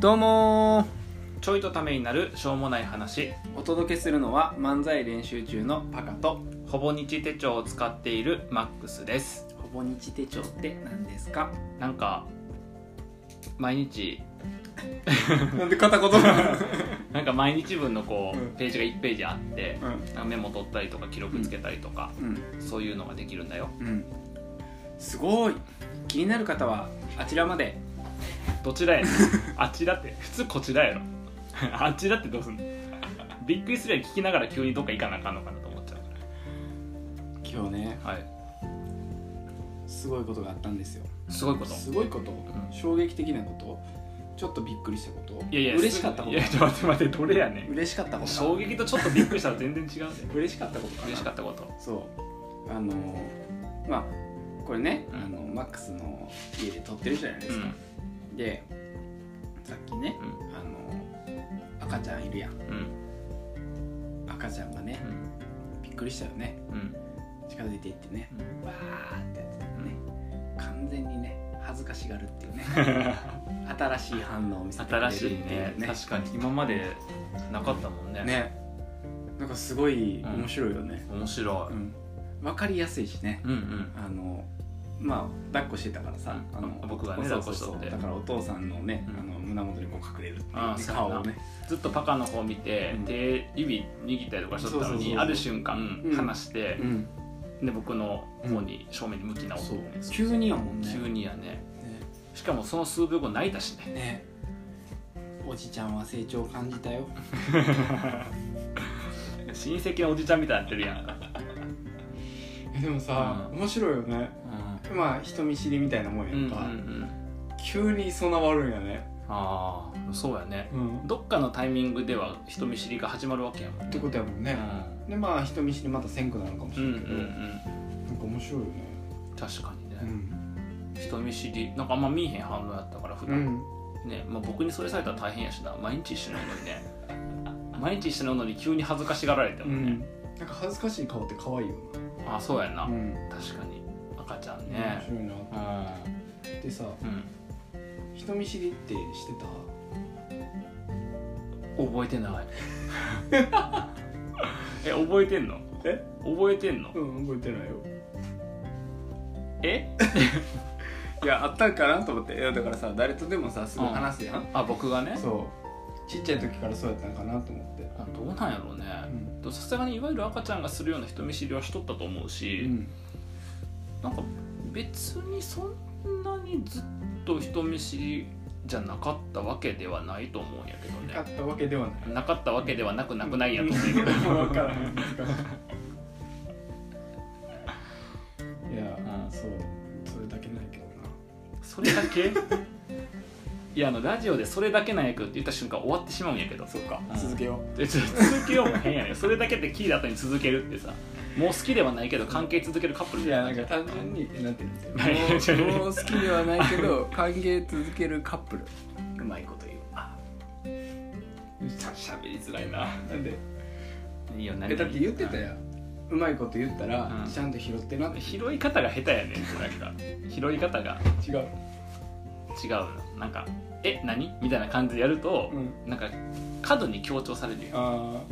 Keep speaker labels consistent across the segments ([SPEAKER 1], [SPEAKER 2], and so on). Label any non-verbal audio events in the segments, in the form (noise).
[SPEAKER 1] どうも
[SPEAKER 2] ちょいとためになるしょうもない話
[SPEAKER 1] お届けするのは漫才練習中のパカと
[SPEAKER 2] ほぼ日手帳を使っているマックスです
[SPEAKER 1] ほぼ日手帳って何ですか
[SPEAKER 2] なんか毎日
[SPEAKER 1] なんで片言
[SPEAKER 2] (laughs)
[SPEAKER 1] なの
[SPEAKER 2] なんか毎日分のこ
[SPEAKER 1] うん
[SPEAKER 2] うページが1ページあって
[SPEAKER 1] う
[SPEAKER 2] なんかメモ取ったりとか記録つけたりとか
[SPEAKER 1] ん
[SPEAKER 2] そういうのができるんだよ
[SPEAKER 1] うんうんすごい気になる方はあちらまで
[SPEAKER 2] どちら
[SPEAKER 1] (laughs)
[SPEAKER 2] やねんあっちだって普通こちらやろ (laughs) あっちだってどうすんのびっくりするやん聞きながら急にどっか行かなあかんのかなと思っちゃうか
[SPEAKER 1] 今日ね
[SPEAKER 2] らはい
[SPEAKER 1] すごいことがあったんですよ
[SPEAKER 2] すごいこと
[SPEAKER 1] すごいこと、
[SPEAKER 2] ん
[SPEAKER 1] 衝撃的なことちょっとびっくりしたこと
[SPEAKER 2] いやいや
[SPEAKER 1] 嬉しかったこ
[SPEAKER 2] いやちょっと待って待ってどれやね
[SPEAKER 1] と (laughs)
[SPEAKER 2] ん
[SPEAKER 1] 嬉しかったこと
[SPEAKER 2] 衝撃とちょっとびっくりしたら全然違うで
[SPEAKER 1] 嬉しかったことかな
[SPEAKER 2] 嬉しかったこと
[SPEAKER 1] そうあのーまあこれね、
[SPEAKER 2] うん
[SPEAKER 1] あのマックスの家で撮ってるじゃないで
[SPEAKER 2] う
[SPEAKER 1] すか、
[SPEAKER 2] ん
[SPEAKER 1] でさっきね、
[SPEAKER 2] う
[SPEAKER 1] あのー赤ちゃんいるやん
[SPEAKER 2] うん
[SPEAKER 1] 赤ちゃんがね
[SPEAKER 2] うん
[SPEAKER 1] びっくりしたよね
[SPEAKER 2] うん
[SPEAKER 1] 近づいていってね
[SPEAKER 2] うん
[SPEAKER 1] わーってやってたらね完全にね恥ずかしがるっていう
[SPEAKER 2] (laughs)
[SPEAKER 1] ね新しい反応を見せてくれるっ
[SPEAKER 2] 新
[SPEAKER 1] て
[SPEAKER 2] しいね
[SPEAKER 1] いうね
[SPEAKER 2] 確かに今までなかったもんね
[SPEAKER 1] ねなんかすごい面白いよね、
[SPEAKER 2] 面白
[SPEAKER 1] う
[SPEAKER 2] い、
[SPEAKER 1] んわかりやすいしね、
[SPEAKER 2] うん、うん
[SPEAKER 1] あのまあ抱っこしてたからさ、
[SPEAKER 2] うん
[SPEAKER 1] あの
[SPEAKER 2] 僕がね
[SPEAKER 1] そうそう
[SPEAKER 2] 抱っこしとって
[SPEAKER 1] そうだからお父さんのね、
[SPEAKER 2] うん
[SPEAKER 1] あの胸元にこう隠れるっていうね、
[SPEAKER 2] あーそうや
[SPEAKER 1] 顔
[SPEAKER 2] な
[SPEAKER 1] をね
[SPEAKER 2] ずっとパカの方見て、
[SPEAKER 1] うん
[SPEAKER 2] 手指握ったりとかしと
[SPEAKER 1] そ
[SPEAKER 2] った
[SPEAKER 1] う
[SPEAKER 2] の
[SPEAKER 1] そうそうそ
[SPEAKER 2] に
[SPEAKER 1] う
[SPEAKER 2] ある瞬間、
[SPEAKER 1] うん
[SPEAKER 2] 話して
[SPEAKER 1] う、ん
[SPEAKER 2] で僕の方に正面に向き直って、
[SPEAKER 1] そう
[SPEAKER 2] ねそう
[SPEAKER 1] 急にやもんね
[SPEAKER 2] 急にやねしかもその数秒後泣いたし
[SPEAKER 1] ね
[SPEAKER 2] ね
[SPEAKER 1] ねおじちゃんは成長を感じたよ
[SPEAKER 2] 親戚のおじちゃんみたいになってるやんか、
[SPEAKER 1] (laughs) でも
[SPEAKER 2] さ
[SPEAKER 1] 面白いよねまあ人見知りみたいなもんや
[SPEAKER 2] うんうんうん
[SPEAKER 1] 急に備わるんやね、
[SPEAKER 2] ああそうやね
[SPEAKER 1] うん、
[SPEAKER 2] どっかのタイミングでは人見知りが始まるわけやもん
[SPEAKER 1] ってことやもんね
[SPEAKER 2] うん
[SPEAKER 1] でまあ人見知りまたせんくなるかもし
[SPEAKER 2] うん
[SPEAKER 1] れ
[SPEAKER 2] う
[SPEAKER 1] ん
[SPEAKER 2] ん
[SPEAKER 1] けど、なんか面白いよね、
[SPEAKER 2] うん確かにね、
[SPEAKER 1] ん
[SPEAKER 2] 人見知りなんかあんま見えへん反応やったから普
[SPEAKER 1] う
[SPEAKER 2] 段、
[SPEAKER 1] ん、
[SPEAKER 2] ね、まあ、僕にそれされたら大変やしな毎日一緒におんのにね (laughs) 毎日一緒におんのに急に恥ずかしがられてもね、
[SPEAKER 1] なんか恥ずかしい顔って可愛いよ
[SPEAKER 2] ああそうやな、
[SPEAKER 1] な、ん、
[SPEAKER 2] 確かに赤ちゃん
[SPEAKER 1] 面
[SPEAKER 2] ね
[SPEAKER 1] 白いな
[SPEAKER 2] うん
[SPEAKER 1] でさ
[SPEAKER 2] うん
[SPEAKER 1] 人見知りってしてた
[SPEAKER 2] 覚えてない (laughs) え覚えてんの
[SPEAKER 1] え
[SPEAKER 2] 覚えてんの
[SPEAKER 1] うん覚えてないよ
[SPEAKER 2] え
[SPEAKER 1] いやあったんかなと思っていやだからさ誰とでもさすぐ話すやん、
[SPEAKER 2] あ僕がね
[SPEAKER 1] そうちっちゃい時からそうやったんかなと思って
[SPEAKER 2] あどうなんやろうね
[SPEAKER 1] うん、
[SPEAKER 2] でもさすがにいわゆる赤ちゃんがするような人見知りはしとったと思うし、なんか別にそんなにずっと人見知りじゃなかったわけではないと思うんやけど
[SPEAKER 1] あ
[SPEAKER 2] ね
[SPEAKER 1] ったわけではない
[SPEAKER 2] なかったわけではなくなくないやと思うけど
[SPEAKER 1] 分からへんいや、
[SPEAKER 2] うん
[SPEAKER 1] そうそれだけないけどな
[SPEAKER 2] それだけいやあのラジオで「それだけなんやけど」って言った瞬間終わってしまうんやけど
[SPEAKER 1] そうか
[SPEAKER 2] 続け
[SPEAKER 1] よ
[SPEAKER 2] でちょ続けようも変やねんそれだけって聞いた後に続けるってさもう好きではないけど関係続けるカップル
[SPEAKER 1] い
[SPEAKER 2] みたい
[SPEAKER 1] や
[SPEAKER 2] な
[SPEAKER 1] なん
[SPEAKER 2] 感
[SPEAKER 1] か
[SPEAKER 2] じ
[SPEAKER 1] 単純にえなんて言うん
[SPEAKER 2] はい
[SPEAKER 1] ですか (laughs) もうもう好きではないけ (laughs) ど歓迎続けるカップルうまいこと言うあ
[SPEAKER 2] しゃべりづらいな
[SPEAKER 1] なんで
[SPEAKER 2] いいよ何
[SPEAKER 1] えだって言ってたやんうまいこと言ったら、
[SPEAKER 2] うん
[SPEAKER 1] ちゃんと拾ってなって
[SPEAKER 2] 拾い方が下手やねんなんか拾い方が
[SPEAKER 1] 違う、
[SPEAKER 2] 違うななんか「え何?」みたいな感じでやると、
[SPEAKER 1] うん、
[SPEAKER 2] なんか過度に強調されるよ
[SPEAKER 1] あ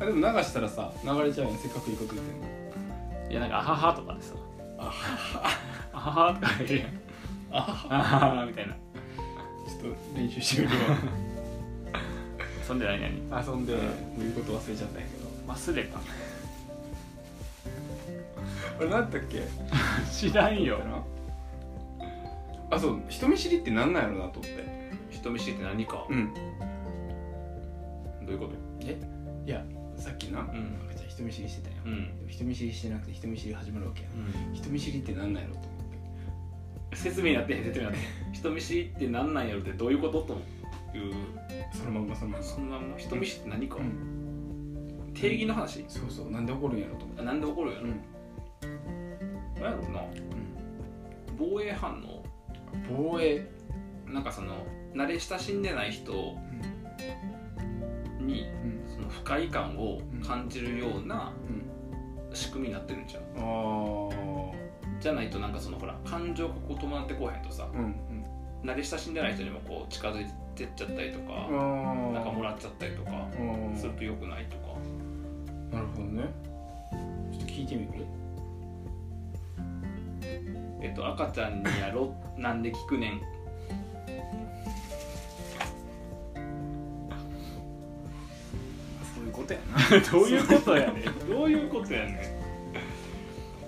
[SPEAKER 1] ーあでも流したらさ流れちゃうやんせっかくいいこと言ってんの
[SPEAKER 2] いやなんか「あはは」とかでさ
[SPEAKER 1] あは
[SPEAKER 2] 「あはは」とか言うやん
[SPEAKER 1] あは
[SPEAKER 2] あははみたいな
[SPEAKER 1] ちょっと練習してみる
[SPEAKER 2] そんで何何
[SPEAKER 1] わ遊んで、
[SPEAKER 2] うん
[SPEAKER 1] もう言うこと忘れちゃったんやけ
[SPEAKER 2] 忘れた
[SPEAKER 1] ど俺何だっけ
[SPEAKER 2] 知らんよ
[SPEAKER 1] あそう人見知りってなんなんやろなと思って
[SPEAKER 2] 人見知りって何か
[SPEAKER 1] ん
[SPEAKER 2] どういうこと
[SPEAKER 1] えいやさっきな、
[SPEAKER 2] うん
[SPEAKER 1] 赤ちゃん人見知りしてたよ、
[SPEAKER 2] うん、
[SPEAKER 1] でも人見知りしてなくて人見知り始まるわけやん人見知りってなんなんやろと思って
[SPEAKER 2] 説明になってへん説明になってへん人見知りって何なんやろってどういうことという
[SPEAKER 1] そのまんまそのまんま
[SPEAKER 2] そんなもん人見知りって何か、
[SPEAKER 1] うん
[SPEAKER 2] 定義の話
[SPEAKER 1] そうそうなんで怒るんやろと思って
[SPEAKER 2] あなんで怒るやろ、
[SPEAKER 1] ん
[SPEAKER 2] なんやろうな防衛反応
[SPEAKER 1] 防衛、
[SPEAKER 2] なんかその慣れ親しんでない人に
[SPEAKER 1] うん
[SPEAKER 2] その不快感を感じるような
[SPEAKER 1] うん
[SPEAKER 2] 仕組みになってるんちゃう
[SPEAKER 1] ああ
[SPEAKER 2] じゃないとなんかそのほら感情がこう伴ってこうへんとさ
[SPEAKER 1] うん
[SPEAKER 2] 慣れ親しんでない人にもこう近づいてっちゃったりとか、
[SPEAKER 1] ん
[SPEAKER 2] なんかもらっちゃったりとか
[SPEAKER 1] うん
[SPEAKER 2] すると良くないとか、
[SPEAKER 1] なるほどねちょっと聞いてみる
[SPEAKER 2] えっと、赤ちゃんにやろなんで聞くねん
[SPEAKER 3] そういうことや
[SPEAKER 1] (laughs)
[SPEAKER 2] どういうことやねん (laughs) どういうことやね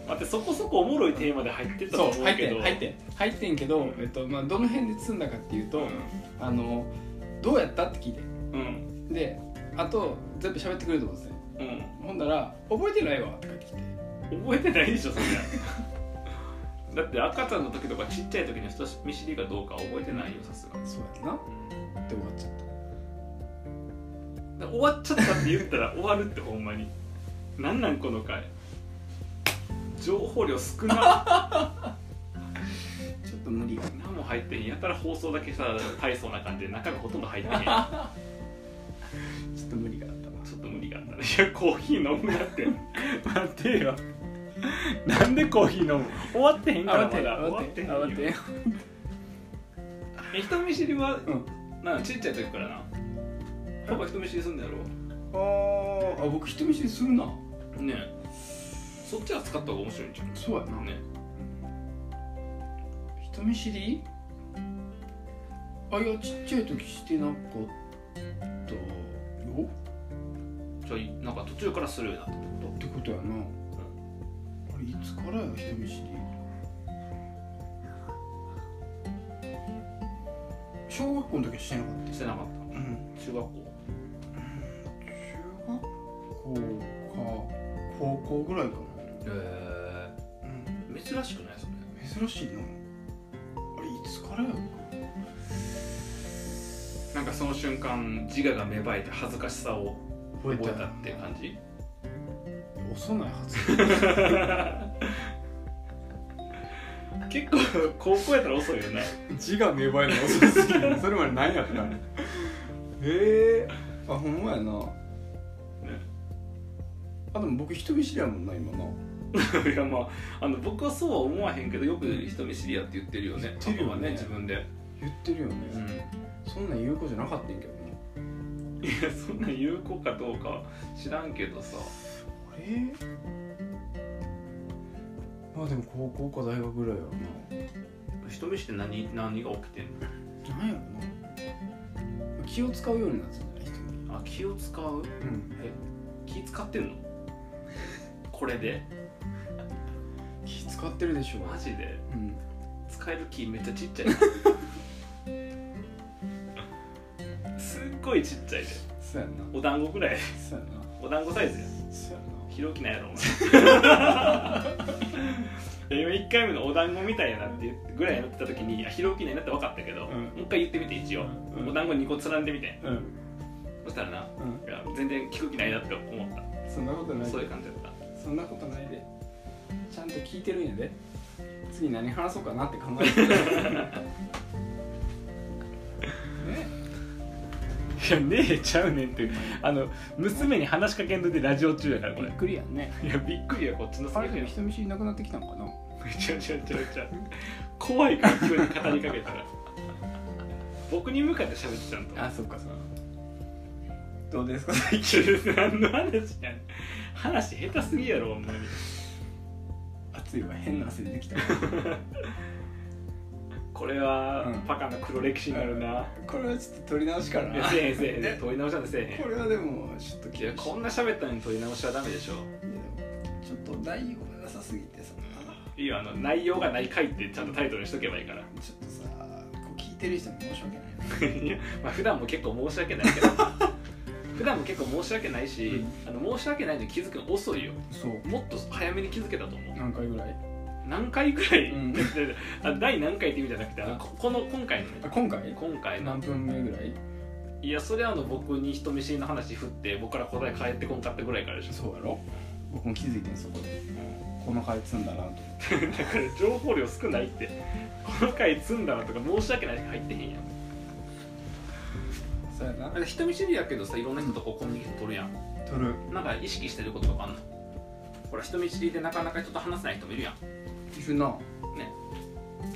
[SPEAKER 2] ん待ってそこそこおもろいテーマで入ってたと
[SPEAKER 1] そ
[SPEAKER 2] 思
[SPEAKER 1] う
[SPEAKER 2] う
[SPEAKER 1] 入っ
[SPEAKER 2] け
[SPEAKER 1] て
[SPEAKER 2] ど
[SPEAKER 1] ん入ってん入ってんけど、えっとまあ、どの辺で包んだかっていうと、あのどうやったって聞いて
[SPEAKER 2] うんうん
[SPEAKER 1] であと全部喋ってくれると思うんですね
[SPEAKER 2] うん
[SPEAKER 1] ほんだら「覚えてないわ」とかってきて
[SPEAKER 2] 覚えてないでしょそりゃだって赤ちゃんの時とかちっちゃい時の人見知りかどうか覚えてないよさすが
[SPEAKER 1] 「そうやな」って終わっちゃった
[SPEAKER 2] だ終わっちゃったって言ったら終わるってほんまになんなんこの回情報量少な (laughs)
[SPEAKER 3] なちょっと無理が
[SPEAKER 2] 何も入ってへんやたら放送だけさ大層な感じで中がほとんど入ってへんちょ
[SPEAKER 3] ちょっと無理があったな
[SPEAKER 2] っと無理があったねいやコーヒー飲むなって
[SPEAKER 3] 待てよなんでコーヒー飲む
[SPEAKER 2] 終わってへんからまだ
[SPEAKER 1] 終
[SPEAKER 2] 終
[SPEAKER 1] わ
[SPEAKER 2] わ
[SPEAKER 1] っ
[SPEAKER 2] って
[SPEAKER 1] て
[SPEAKER 2] へ
[SPEAKER 1] へ
[SPEAKER 2] ん
[SPEAKER 1] ん
[SPEAKER 2] よ
[SPEAKER 1] 慌て
[SPEAKER 2] え人見知りは、
[SPEAKER 1] うん
[SPEAKER 2] なんかちっちゃい時からなパパ人見知りすんだやろ
[SPEAKER 1] 慌てああ僕人見知りするな
[SPEAKER 2] ねえそっちは使った方が面白いんじゃ
[SPEAKER 1] そうや
[SPEAKER 2] んね
[SPEAKER 1] 人見知りあいやちっちゃい時してなかったよ
[SPEAKER 2] じゃあなんか途中からするようになったってこ
[SPEAKER 1] ってことやな、あれいつからや人見知り小学校の時はしてなかっ
[SPEAKER 2] としてなかった
[SPEAKER 1] う
[SPEAKER 2] た
[SPEAKER 1] ん
[SPEAKER 2] 中学校
[SPEAKER 1] 中学校か高校ぐらいか
[SPEAKER 2] へえ
[SPEAKER 1] な、うん、
[SPEAKER 2] 珍しくないそれ
[SPEAKER 1] 珍しいなあれいつからやろ
[SPEAKER 2] なんかその瞬間自我が芽生えて恥ずかしさを覚えた
[SPEAKER 1] 覚
[SPEAKER 2] っていう感じ
[SPEAKER 1] 幼いはず
[SPEAKER 2] (laughs) 結構高校やったら遅いよね (laughs)
[SPEAKER 1] 字が芽生えるの遅すぎるそれまで何やったんええあほんまやなあでも僕人見知りやもんな今ない
[SPEAKER 2] やまああの僕はそうは思わへんけどよく人見知りやって言ってるよね
[SPEAKER 1] 言ってるよね
[SPEAKER 2] パパは自分で、
[SPEAKER 1] 言ってるよね、
[SPEAKER 2] い
[SPEAKER 1] そんなん言う子じゃなかったんやけどね
[SPEAKER 2] やそんなん有効かどうか知らんけどさ
[SPEAKER 1] あれまあでも高校か大学ぐらいやろ
[SPEAKER 2] 人見知りって何何が起きてん
[SPEAKER 1] ななんやろな気を使うようになってたんじゃない人に
[SPEAKER 2] のあ気を使う
[SPEAKER 1] うん
[SPEAKER 2] え気使って
[SPEAKER 1] (laughs)
[SPEAKER 2] んのこれで
[SPEAKER 1] 気使ってるでしょ
[SPEAKER 2] マジで
[SPEAKER 1] うん
[SPEAKER 2] 使える木めっちゃちっ
[SPEAKER 1] (laughs)
[SPEAKER 2] ちゃいなすっごいちっちゃいで
[SPEAKER 1] そうやんな
[SPEAKER 2] お団子ぐらい
[SPEAKER 1] そうや
[SPEAKER 2] お団子サイズや
[SPEAKER 1] なそうやな
[SPEAKER 2] 広きなんやろ
[SPEAKER 1] (laughs)
[SPEAKER 2] お前いや今1回目のお団子みたいやなってぐらいになってた時にいや広きないなって分かったけど、
[SPEAKER 1] ん
[SPEAKER 2] もう一回言ってみて一応、
[SPEAKER 1] うん
[SPEAKER 2] お団子2個連んでみて
[SPEAKER 1] うん
[SPEAKER 2] そしたら
[SPEAKER 1] う
[SPEAKER 2] な
[SPEAKER 1] ん
[SPEAKER 2] いや全然聞く気ないなって思った、
[SPEAKER 1] そんなことない
[SPEAKER 2] そうい
[SPEAKER 1] で
[SPEAKER 2] う感じだった
[SPEAKER 1] そんなことないでちゃんと聞いてるんやで次何話そうかなって考え (laughs) てるね
[SPEAKER 2] いやねえちゃうねんってあの娘に話しかけんといてラジオ中やから
[SPEAKER 1] びっくりやんね
[SPEAKER 2] いやびっくりやこっちのせ
[SPEAKER 1] あ
[SPEAKER 2] い
[SPEAKER 1] れ
[SPEAKER 2] で
[SPEAKER 1] で
[SPEAKER 2] よ
[SPEAKER 1] も人見知りなくなってきたのかな
[SPEAKER 2] ちゃうちゃうちゃうちゃう怖いから急に語りかけたら僕に向かって喋ってたんと
[SPEAKER 1] あそっかそっかどうです (laughs) か最近
[SPEAKER 2] 何の話やねん話下手すぎやろほんまに
[SPEAKER 1] 暑いわ変な汗出てきた
[SPEAKER 2] これは、
[SPEAKER 1] うん
[SPEAKER 2] パカの黒歴史になるな、
[SPEAKER 1] これはちょっと取り直しから
[SPEAKER 2] いやせえへんせえへん取り直しなんてせ
[SPEAKER 1] こ
[SPEAKER 2] え
[SPEAKER 1] れはでもちょっと
[SPEAKER 2] へんいやこんな喋ったのに取り直しはダメでしょ
[SPEAKER 1] ちょっと内容がなさすぎてさ
[SPEAKER 2] いいよあの内容がない回ってちゃんとタイトルにしとけばいいから
[SPEAKER 1] ちょっとさこう聞いてる人に申し訳ない
[SPEAKER 2] いやまあ普段も結構申し訳ないけど (laughs) 普段も結構申し訳ないし、あの申し訳ないのに気づくの遅いよ
[SPEAKER 1] そう
[SPEAKER 2] もっと早めに気づけたと思う
[SPEAKER 1] 何回ぐらい
[SPEAKER 2] 何回ぐらい、
[SPEAKER 1] うん
[SPEAKER 2] (laughs) あ第何回って意味じゃなくてあのここの今回のね
[SPEAKER 1] あ今回
[SPEAKER 2] 今回の
[SPEAKER 1] 何分目ぐらい
[SPEAKER 2] いやそれはあの僕に人見知りの話振って僕から答え返ってこんかったぐらいからでしょ
[SPEAKER 1] そうやろ僕も気づいてんそこでこの回積んだなと思って
[SPEAKER 2] だから情報量少ないってこの回積んだなとか申し訳ないしか入ってへんやん
[SPEAKER 1] そうやな
[SPEAKER 2] なんか人見知りやけどさいろんな人とこうコミュニケーション取るやん
[SPEAKER 1] 取る
[SPEAKER 2] なんか意識してることとかあんのほら人見知りでなかなか人と話せない人もいるやん
[SPEAKER 1] いるな
[SPEAKER 2] ね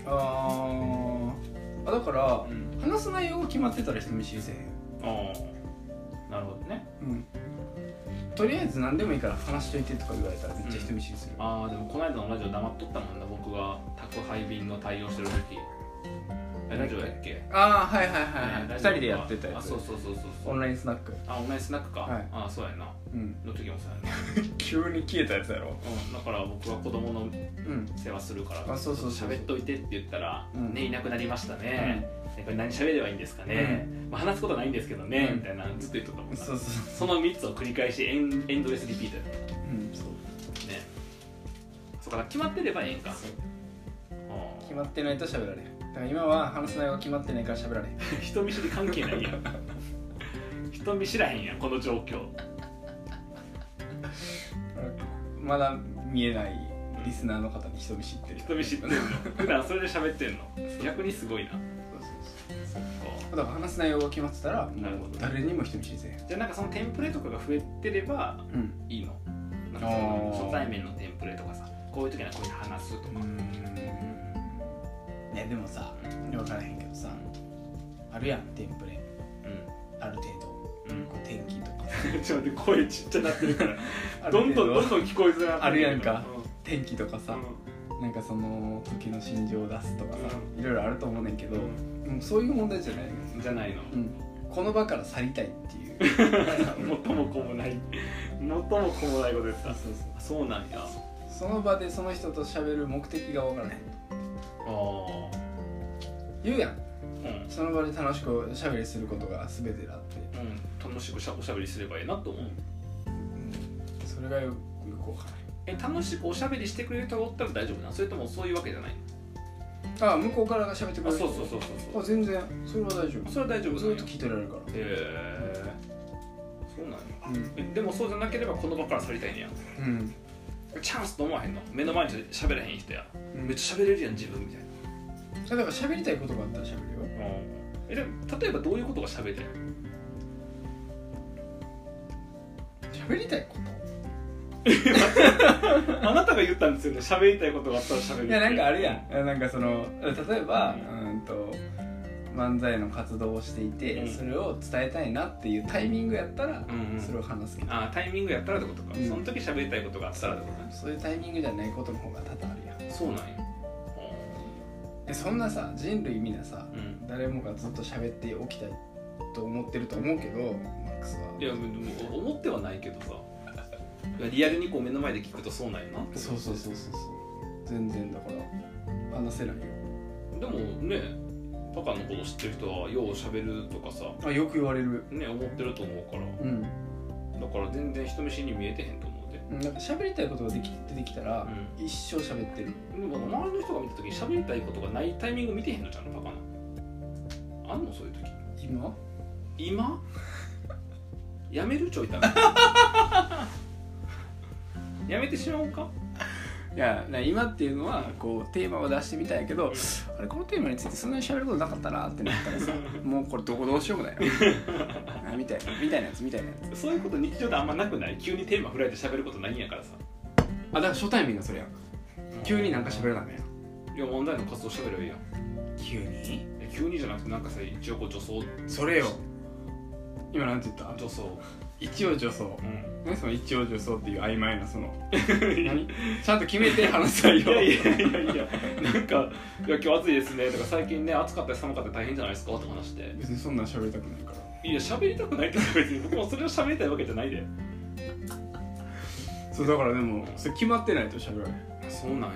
[SPEAKER 1] あーあでだから
[SPEAKER 2] うん
[SPEAKER 1] 話す内容が決まってたら人見知りせえ
[SPEAKER 2] ああなるほどね
[SPEAKER 1] へん、うん、とりあえず何でもいいから話しといてとか言われたらめっちゃ人見知りする、
[SPEAKER 2] ああでもこの間のラジオ黙っとったもんな僕が宅配便の対応してる時えラジオやっけ
[SPEAKER 1] ああはいはいはい、
[SPEAKER 2] ね
[SPEAKER 1] はい、2
[SPEAKER 2] ラジオ
[SPEAKER 1] 人でやってたや
[SPEAKER 2] あ
[SPEAKER 1] つ
[SPEAKER 2] そうそうそうそうそ
[SPEAKER 1] オ
[SPEAKER 2] う
[SPEAKER 1] ンラインスナック、
[SPEAKER 2] あオンラインスナックか、
[SPEAKER 1] はい
[SPEAKER 2] ああそうやな
[SPEAKER 1] うん、
[SPEAKER 2] の時もそうやな、
[SPEAKER 1] 急に消えたやつやろ
[SPEAKER 2] うん、だから僕は子供の
[SPEAKER 1] うん
[SPEAKER 2] 世話するから
[SPEAKER 1] あそうそうそう
[SPEAKER 2] 喋っといてって言ったら「
[SPEAKER 1] うん
[SPEAKER 2] ねいなくなりましたね」ねこれ何喋ればいいんですかね、まあ、話すことないんですけどね、
[SPEAKER 1] うん
[SPEAKER 2] みたいなずっと言っとったもんな
[SPEAKER 1] そうそうそ
[SPEAKER 2] その3つを繰り返しエンエンドレスリピートやった
[SPEAKER 1] う,、うん、そう
[SPEAKER 2] ねそうか決まってればええんかあ
[SPEAKER 1] 決まってないと喋られへんだから今は話す内容が決まってないから喋られへん
[SPEAKER 2] ー人見知り関係ないや (laughs) ん人見知らへんやんこの状況
[SPEAKER 1] まだ見えないリスナーの方に人見知ってる
[SPEAKER 2] 人見知ってん (laughs) の普段それで喋ってんの逆にすごいな
[SPEAKER 1] そうそうそ
[SPEAKER 2] そっか
[SPEAKER 1] うだから話す内容が決まってたら
[SPEAKER 2] なるほ
[SPEAKER 1] もう
[SPEAKER 2] ど
[SPEAKER 1] 誰にも人見知りせえへん
[SPEAKER 2] じゃあなんかそのテンプレとかが増えてれば
[SPEAKER 1] うん
[SPEAKER 2] いいのなんかそ
[SPEAKER 1] あー
[SPEAKER 2] の初対面のテンプレとかさこういう時にはこういう話すとか
[SPEAKER 1] いやでもさ分からへんけどさあるやんテンプレある程度こ
[SPEAKER 2] うんうん
[SPEAKER 1] う天気とか
[SPEAKER 2] ちょっと待って声ちっちゃなってるから
[SPEAKER 1] さ
[SPEAKER 2] (laughs) どんどんど
[SPEAKER 1] ある
[SPEAKER 2] ん
[SPEAKER 1] 程度
[SPEAKER 2] どん聞こえづらくなってる
[SPEAKER 1] あるやんか
[SPEAKER 2] う
[SPEAKER 1] 天気とかさなんかその時の心情を出すとかさいろいろあると思うねんけど
[SPEAKER 2] う
[SPEAKER 1] もうそういう問題じゃない
[SPEAKER 2] んじゃないの
[SPEAKER 1] うんこの場から去りたいっていう
[SPEAKER 2] (laughs) 元も子もない元も子もないこと言って
[SPEAKER 1] そう
[SPEAKER 2] た
[SPEAKER 1] そうそう
[SPEAKER 2] そうなんやあ
[SPEAKER 1] その場でその人と喋る目的が分からへん
[SPEAKER 2] あ
[SPEAKER 1] 言うやん
[SPEAKER 2] うん
[SPEAKER 1] その場で楽しく喋りすることが全てだって
[SPEAKER 2] うん楽しくしゃおしゃべりすればいいなと思う
[SPEAKER 1] それがよくよく分か
[SPEAKER 2] え楽しくおしゃべりしてくれる人がおったら大丈夫なのそれともそういうわけじゃない
[SPEAKER 1] らんああ向こうからが喋ってく
[SPEAKER 2] あ
[SPEAKER 1] れ
[SPEAKER 2] そ
[SPEAKER 1] る
[SPEAKER 2] うそうそうそう
[SPEAKER 1] あ全然それは大丈
[SPEAKER 2] それは大丈夫
[SPEAKER 1] 夫
[SPEAKER 2] な
[SPEAKER 1] ず
[SPEAKER 2] ん
[SPEAKER 1] っ
[SPEAKER 2] や
[SPEAKER 1] と聞いてられるか
[SPEAKER 2] へえそうなんや
[SPEAKER 1] らうん、
[SPEAKER 2] えでもそうじゃなければこの場から去りたいんや
[SPEAKER 1] うん、
[SPEAKER 2] チャンスと思わへんの目の前に喋らへん人やめっちゃ喋れるやん自分みたいな
[SPEAKER 1] 例えば喋りたいことがあったら喋るよ
[SPEAKER 2] えでも例えばどういうことが喋りたいの
[SPEAKER 1] 喋りたいこ
[SPEAKER 2] (laughs) あなたが言ったんですよね喋りたいことがあったら喋る
[SPEAKER 1] といやなんかあるやんあなんかその例えばうんと漫才の活動をしていて、
[SPEAKER 2] うん
[SPEAKER 1] それを伝えたいなっていうタイミングやったら、
[SPEAKER 2] うんうん
[SPEAKER 1] それを話すけど、
[SPEAKER 2] あタイミングやったらってことか、
[SPEAKER 1] うん
[SPEAKER 2] その時喋りたいことがあったらってことね
[SPEAKER 1] そういうタイミングじゃないことの方が多々あるやん
[SPEAKER 2] そうなんや
[SPEAKER 1] えそんなさ人類みんなさ、
[SPEAKER 2] うん
[SPEAKER 1] 誰もがずっと喋っておきたいと思ってると思うけどマックスはい
[SPEAKER 2] やでも思ってはないけどさいやリアルにこう目の前で聞くとそうなんやな
[SPEAKER 1] そうそうそうそうそう全然だから話せないよ
[SPEAKER 2] でもねパカのこと知ってる人はよう喋るとかさ
[SPEAKER 1] あよく言われる
[SPEAKER 2] ね思ってると思うから
[SPEAKER 1] うん
[SPEAKER 2] だから全然人見知りに見えてへんと思うで
[SPEAKER 1] なんか喋りたいことができ出てきたら、
[SPEAKER 2] う
[SPEAKER 1] 一生喋ってる
[SPEAKER 2] でも周りの人が見た時に喋りたいことがないタイミング見てへんのちゃうのパカなあんのそういう時
[SPEAKER 1] 今
[SPEAKER 2] 今やめるちょいたやめてしまおうか
[SPEAKER 1] いやな今っていうのはこうテーマを出してみたいけどあれこのテーマについてそんなに喋ることなかったなってなったら (laughs) さもうこれどこどうしようも (laughs) ないよあみたいなみたいなやつみたいなやつ
[SPEAKER 2] そういうこと日常であんまなくない急にテーマ振られて喋ることないんやからさ
[SPEAKER 1] あだから初対面がそれやん急になんか喋らないやん
[SPEAKER 2] いや問題の活動喋ればいいやん
[SPEAKER 1] 急に
[SPEAKER 2] いや急にじゃなくてなんかさ一応こう女装
[SPEAKER 1] それよ今なんて言った
[SPEAKER 2] 女装
[SPEAKER 1] 一応女装
[SPEAKER 2] うん
[SPEAKER 1] 何その一応女装っていう曖昧なそ
[SPEAKER 2] (laughs)
[SPEAKER 1] の何ちゃんと決めて話さい
[SPEAKER 2] い
[SPEAKER 1] よ
[SPEAKER 2] やいやいやいやなんか「いや今日暑いですね」とか「最近ね暑かったり寒かったり大変じゃないですか」とか話して
[SPEAKER 1] 別にそんなん喋りたくないから
[SPEAKER 2] いや喋りたくないって別に僕もそれを喋りたいわけじゃないで
[SPEAKER 1] そうだからでもそれ決まってないと喋られない
[SPEAKER 2] そうなんや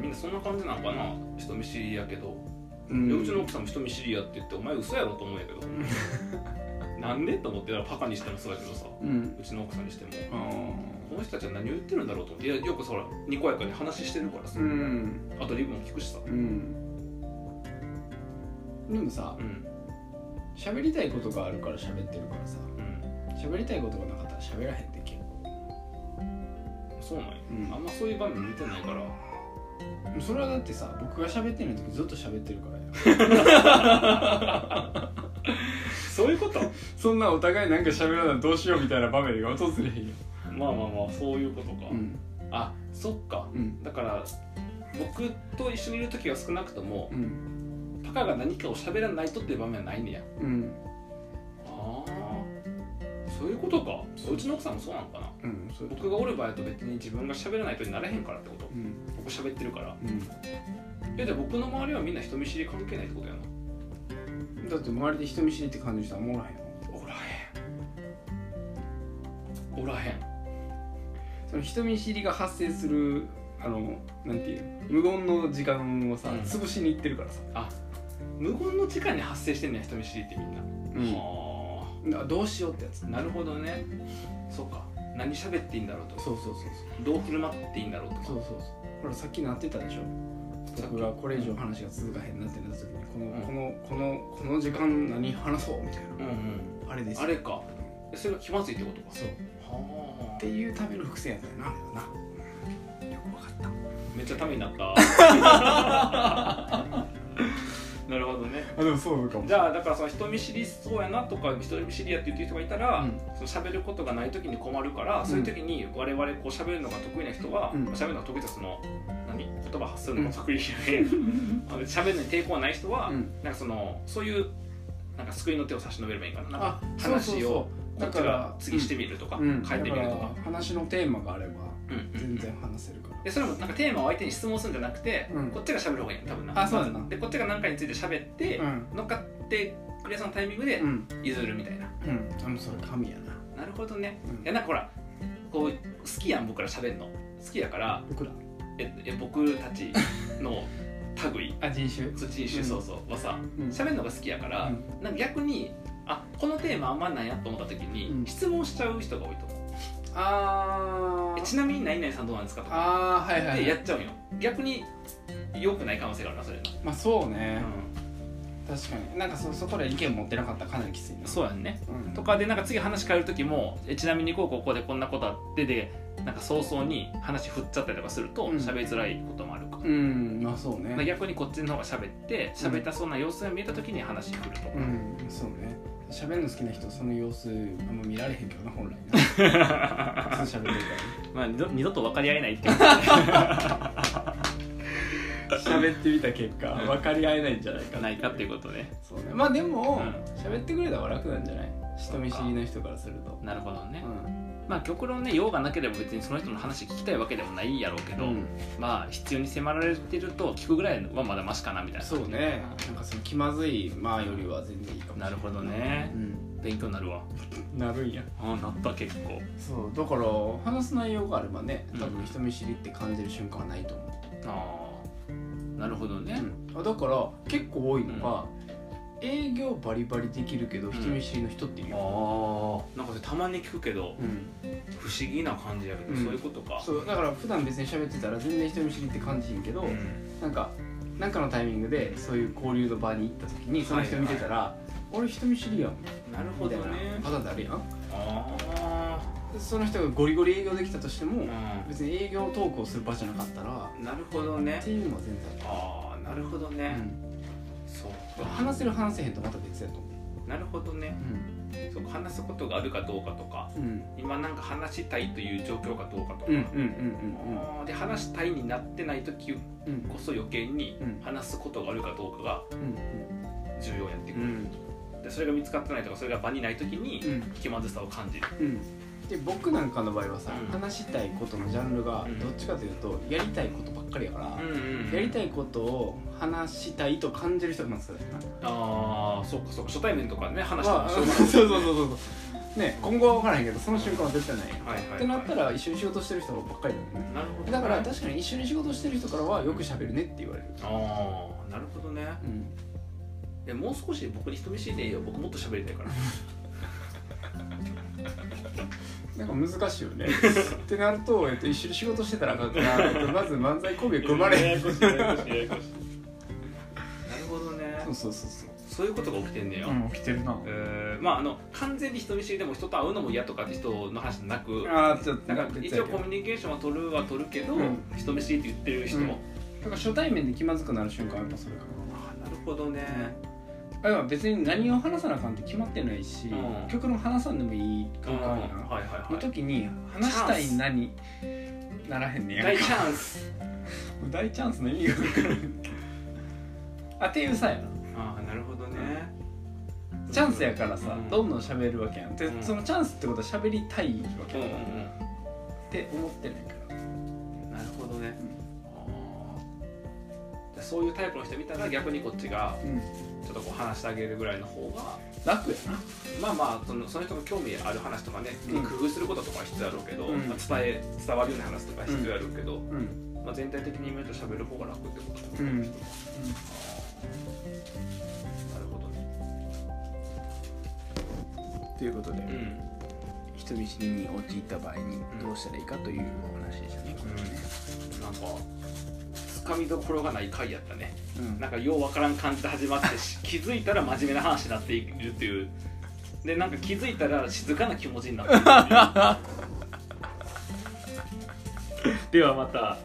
[SPEAKER 2] みんなそんな感じなんかな人見知りやけど、
[SPEAKER 1] う
[SPEAKER 2] ううちの奥さんも人見知りやって言ってお前嘘やろと思うんやけど
[SPEAKER 1] (laughs)
[SPEAKER 2] なんでと思ってパカにしてもそうやけどさ
[SPEAKER 1] うん
[SPEAKER 2] うちの奥さんにしても
[SPEAKER 1] あ
[SPEAKER 2] この人たちは何を言ってるんだろうと思っていやよくさほらにこやかに話してるから
[SPEAKER 1] ー
[SPEAKER 2] さ、
[SPEAKER 1] うん
[SPEAKER 2] あとリブも聞くしさ
[SPEAKER 1] うんでもさ
[SPEAKER 2] うん
[SPEAKER 1] 喋りたいことがあるから喋ってるからさ
[SPEAKER 2] うん
[SPEAKER 1] 喋りたいことがなかったら喋らへんって結
[SPEAKER 2] そうなんや、
[SPEAKER 1] うん
[SPEAKER 2] あんまそういう場面見てないから
[SPEAKER 1] (laughs) 構それはだってさ僕が喋ってない時ずっと喋ってるからや
[SPEAKER 2] そういうこと
[SPEAKER 1] そんなお互いなんか喋らないどうしようみたいな場面が訪れへんよ
[SPEAKER 2] まあまあまあそういうことか、
[SPEAKER 1] うん
[SPEAKER 2] あそっか
[SPEAKER 1] うん
[SPEAKER 2] だから僕と一緒にいる時は少なくとも
[SPEAKER 1] うん
[SPEAKER 2] パたかが何かを喋らないとっていう場面はないねや
[SPEAKER 1] うん
[SPEAKER 2] ああそういうことかうちの奥さんもそうなのかな
[SPEAKER 1] うんそういうこと
[SPEAKER 2] 僕がおる場合と別に自分が喋らないとになれへんからってこと
[SPEAKER 1] うん
[SPEAKER 2] 僕喋ってるから
[SPEAKER 1] うん
[SPEAKER 2] えじゃあ僕の周りはみんな人見知り関係ないってことやな
[SPEAKER 1] だって周りで人見知りって感じしたらもらへんよ
[SPEAKER 2] おらへんおらへん
[SPEAKER 1] その人見知りが発生するあのなんていう無言の時間をさ、
[SPEAKER 2] うん
[SPEAKER 1] 潰しに行ってるからさ、
[SPEAKER 2] 無言の時間に発生してんねや人見知りってみんな、
[SPEAKER 1] うん
[SPEAKER 2] は
[SPEAKER 1] だからどうしようってやつ
[SPEAKER 2] あなるほどねそうか何喋っていいんだろうとか
[SPEAKER 1] そうそうそう
[SPEAKER 2] どう振る舞っていいんだろうとか
[SPEAKER 1] そうそうそうそうほらさっきなってたでしょ
[SPEAKER 2] さっき
[SPEAKER 1] 僕がこれ以上話が続かへんなってなった時にこの、
[SPEAKER 2] うん
[SPEAKER 1] このこのこの時間何話そうみたいな、
[SPEAKER 2] うんうん
[SPEAKER 1] あれですよ
[SPEAKER 2] あれかえそれが気まずいってことか
[SPEAKER 1] そうっ
[SPEAKER 2] は
[SPEAKER 1] ていうための伏線やったよなあれはな
[SPEAKER 3] よくわかった
[SPEAKER 2] あめっちゃためになった
[SPEAKER 1] (laughs)
[SPEAKER 2] なるほどね
[SPEAKER 1] あでもそうかも
[SPEAKER 2] じゃあだからその人見知りそうやなとか人見知りやって言ってる人がいたら、
[SPEAKER 1] うん
[SPEAKER 2] その喋ることがない時に困るから、そういう時に我々こう喋るのが得意な人は、
[SPEAKER 1] うん
[SPEAKER 2] 喋るのが得意だその何言葉発するのが得意じゃないあの喋るのに抵抗がない人は、
[SPEAKER 1] うん
[SPEAKER 2] なんかそのそういうなんか救いの手を差し伸べればいいかななんか
[SPEAKER 1] あそうそう
[SPEAKER 2] 話
[SPEAKER 1] そ
[SPEAKER 2] を
[SPEAKER 1] う
[SPEAKER 2] こ
[SPEAKER 1] だ
[SPEAKER 2] っち
[SPEAKER 1] から
[SPEAKER 2] が次してみるとか、
[SPEAKER 1] うん、
[SPEAKER 2] 変えてみると
[SPEAKER 1] だ
[SPEAKER 2] か
[SPEAKER 1] から話のテーマがあれば
[SPEAKER 2] うんうん
[SPEAKER 1] 全然話せるから、
[SPEAKER 2] でそれもなんかテーマを相手に質問するんじゃなくて、
[SPEAKER 1] うん
[SPEAKER 2] こっちが喋る方がいいの多分な
[SPEAKER 1] あそうだな
[SPEAKER 2] でこっちが何かについて喋って、乗っかってくれそうなタイミングで
[SPEAKER 1] うん
[SPEAKER 2] 譲るみたいな、
[SPEAKER 1] うんうんあもうそれ神やな、
[SPEAKER 2] なるほどね
[SPEAKER 1] うん
[SPEAKER 2] いやなんかほらこう好きやん僕ら喋るの好きやから
[SPEAKER 1] 僕ら
[SPEAKER 2] ええ僕たちの類
[SPEAKER 1] あ人種
[SPEAKER 2] そっち
[SPEAKER 1] うん
[SPEAKER 2] そうそうはさ
[SPEAKER 1] うん
[SPEAKER 2] 喋るのが好きやから、なんか逆にあこのテーマあんまなんやと思った時に、
[SPEAKER 1] うん
[SPEAKER 2] 質問しちゃう人が多いと思う
[SPEAKER 1] あ
[SPEAKER 2] えちなみに何々さんどうなんですかとか
[SPEAKER 1] あーはいは
[SPEAKER 2] で
[SPEAKER 1] い、
[SPEAKER 2] やっちゃうんよ逆に良くない可能性があるなそれな、
[SPEAKER 1] まあそうね、
[SPEAKER 2] う
[SPEAKER 1] 確かになんかそそこで意見持ってなかったらかなりきついな
[SPEAKER 2] そうやんね
[SPEAKER 1] う、ん、
[SPEAKER 2] とかでなんか次話変える時もえちなみにこうこうこうでこんなことあってでなんか早々に話振っちゃったりとかすると
[SPEAKER 1] うん
[SPEAKER 2] 喋りづらいこともあるか、
[SPEAKER 1] うんまあそうね
[SPEAKER 2] まあ逆にこっちの方が喋って喋ったそうな様子が見えた時に話に来ると、
[SPEAKER 1] うんそうね喋るの好きな人その様子あんま見られへんけどな本来 (laughs) な普通喋ってる
[SPEAKER 2] まあ二度二度と分かり合えないっ
[SPEAKER 1] (laughs)
[SPEAKER 2] ていう
[SPEAKER 1] から喋ってみた結果分かり合えないんじゃないか
[SPEAKER 2] ないかっていうことね
[SPEAKER 1] そうねまあでも
[SPEAKER 2] うん
[SPEAKER 1] 喋、ってくれた方が楽なんじゃない人見知りの人からすると
[SPEAKER 2] なるほどね、
[SPEAKER 1] うん
[SPEAKER 2] まあ極論ね用がなければ別にその人の話聞きたいわけでもないやろうけ
[SPEAKER 1] う
[SPEAKER 2] ど、
[SPEAKER 1] ん
[SPEAKER 2] まあ必要に迫られてると聞くぐらいはまだマシかなみたいな
[SPEAKER 1] そうねなんかその気まずいまあよりは全然いいかもしれな
[SPEAKER 2] ないるほどね
[SPEAKER 1] うん
[SPEAKER 2] 勉強になるわ
[SPEAKER 1] なるんや
[SPEAKER 2] ああなった結構
[SPEAKER 1] そうだから話す内容があればね多
[SPEAKER 2] うん
[SPEAKER 1] 分人見知りって感じる瞬間はないと思う
[SPEAKER 2] ああなるほどね、
[SPEAKER 1] あだから結構多いのが、営業バリバリできるけど
[SPEAKER 2] ん
[SPEAKER 1] 人見知りの人っているよ、
[SPEAKER 2] ああなんかそれたまに聞くけど
[SPEAKER 1] うん
[SPEAKER 2] 不思議な感じやけど、
[SPEAKER 1] うん
[SPEAKER 2] そういうことか
[SPEAKER 1] そうだから普段別に喋ってたら全然人見知りって感じひんけど、
[SPEAKER 2] うん
[SPEAKER 1] なんかなんかのタイミングでそういう交流の場に行った時にその人見てたら「俺人見知りやん」
[SPEAKER 2] なるほ
[SPEAKER 1] み
[SPEAKER 2] ど
[SPEAKER 1] たい
[SPEAKER 2] ね
[SPEAKER 1] なパターンってあるやん
[SPEAKER 2] ああ
[SPEAKER 1] その人がゴリゴリ営業できたとしても、
[SPEAKER 2] う
[SPEAKER 1] 別に営業トークをする場じゃなかったら
[SPEAKER 2] んなるほど
[SPEAKER 1] っ
[SPEAKER 2] ね
[SPEAKER 1] ていうのは全然ある
[SPEAKER 2] ああなるほどね、そうか
[SPEAKER 1] 話せる話せへんとまた別やと思う
[SPEAKER 2] なるほどねそうか話すことがあるかどうかとか
[SPEAKER 1] うんうん
[SPEAKER 2] 今なんか話したいという状況かどうかとか、
[SPEAKER 1] うんうんうん
[SPEAKER 2] あーで話したいになってない時
[SPEAKER 1] うんうん
[SPEAKER 2] こそ余計に
[SPEAKER 1] うん
[SPEAKER 2] 話すことがあるかどうかが
[SPEAKER 1] うん
[SPEAKER 2] 重要やってく
[SPEAKER 1] う
[SPEAKER 2] る、
[SPEAKER 1] ん
[SPEAKER 2] でそれが見つかってないとかそれが場にない時に
[SPEAKER 1] うん
[SPEAKER 2] 気まずさを感じる、
[SPEAKER 1] うん、で僕なんかの場合はさ、
[SPEAKER 2] うん
[SPEAKER 1] 話したいことのジャンルが
[SPEAKER 2] うん
[SPEAKER 1] どっちかというとやりたいことばっかりやから、
[SPEAKER 2] ん
[SPEAKER 1] やりたいことを話したいと感じる人がまずそうだよ
[SPEAKER 2] ああそうかそうか初対面とかね
[SPEAKER 1] な
[SPEAKER 2] 話して
[SPEAKER 1] まあ
[SPEAKER 2] もし
[SPEAKER 1] そう
[SPEAKER 2] ょう
[SPEAKER 1] そ
[SPEAKER 2] が
[SPEAKER 1] うそうそうそうね今後は分からへんけどその瞬間は絶対ないやん、
[SPEAKER 2] ないはいはいはい
[SPEAKER 1] ってなったら一緒に仕事してる人ばっかりだよね
[SPEAKER 2] なるほどね
[SPEAKER 1] だから確かに一緒に仕事してる人からはよく喋るねって言われる、
[SPEAKER 2] ああなるほどね
[SPEAKER 1] うん、
[SPEAKER 2] えもう少し僕に人見知りでいいよ僕もっと喋りたいから
[SPEAKER 1] なんか難しいよ (laughs) ねってなると、えっと、一緒に仕事してたらあかんから、えっと、まず漫才コンビが組まれへん
[SPEAKER 2] しいややこしいややこしいなるほどね
[SPEAKER 1] そうそうそうそ
[SPEAKER 2] そういうことが起きてんねよ、
[SPEAKER 1] う、ん、起きてるな
[SPEAKER 2] えーまああの完全に人見知りでも人と会うのも嫌とかって人の話なく
[SPEAKER 1] あーちょっと
[SPEAKER 2] なん
[SPEAKER 1] なん
[SPEAKER 2] か
[SPEAKER 1] か
[SPEAKER 2] 一応コミュニケーションは取るは取るけど、
[SPEAKER 1] うん
[SPEAKER 2] 人見知りって言ってる人も、
[SPEAKER 1] なんか初対面で気まずくなる瞬間はやっぱそれか
[SPEAKER 2] あなるほどね、
[SPEAKER 1] なあでも別に何を話さなあかんって決まってないし、
[SPEAKER 2] うん
[SPEAKER 1] 曲の話さんでもいい
[SPEAKER 2] あ
[SPEAKER 1] 空
[SPEAKER 2] ー
[SPEAKER 1] 間やな、
[SPEAKER 2] はいはい
[SPEAKER 1] の
[SPEAKER 2] はい
[SPEAKER 1] 時に話したい何ならへんねや
[SPEAKER 2] 大チャンス
[SPEAKER 1] 大チャンスの意味が分からんあっていうさやな
[SPEAKER 2] ああなるほどね
[SPEAKER 1] チャンスやからさ、
[SPEAKER 2] うん
[SPEAKER 1] どんどん喋るわけやんで、
[SPEAKER 2] うん
[SPEAKER 1] そのチャンスってことは喋りたいわけ
[SPEAKER 2] う
[SPEAKER 1] や
[SPEAKER 2] ん
[SPEAKER 1] ん、
[SPEAKER 2] う
[SPEAKER 1] っ
[SPEAKER 2] ん
[SPEAKER 1] て思ってないから
[SPEAKER 2] うんなるほどね
[SPEAKER 4] あ
[SPEAKER 2] じゃあそういうタイプの人見たら逆にこっちが
[SPEAKER 1] うん
[SPEAKER 2] ちょっとこう話してあげるぐらいの方が
[SPEAKER 1] 楽やな
[SPEAKER 2] まあまあそのその人の興味ある話とかね、
[SPEAKER 1] うん
[SPEAKER 2] 工夫することとかは必要だろうけど、
[SPEAKER 1] うん
[SPEAKER 2] まあ、伝え伝わるような話とかは必要だろうけど、
[SPEAKER 1] うん
[SPEAKER 2] まあ、全体的に見ると喋る方が楽ってことだと思
[SPEAKER 1] うん
[SPEAKER 2] なるほどね、
[SPEAKER 1] ということで、
[SPEAKER 2] うん
[SPEAKER 1] 人見知りに陥った場合にどうしたらいいかというお話でしたね、これはね
[SPEAKER 2] なんかつかみどころがない回やったね
[SPEAKER 1] うん
[SPEAKER 2] なんかようわからん感じで始まって
[SPEAKER 1] (laughs)
[SPEAKER 2] し気づいたら真面目な話になっているっていうでなんか気づいたら静か
[SPEAKER 1] (laughs)
[SPEAKER 2] な気持ちになってるっていうではまた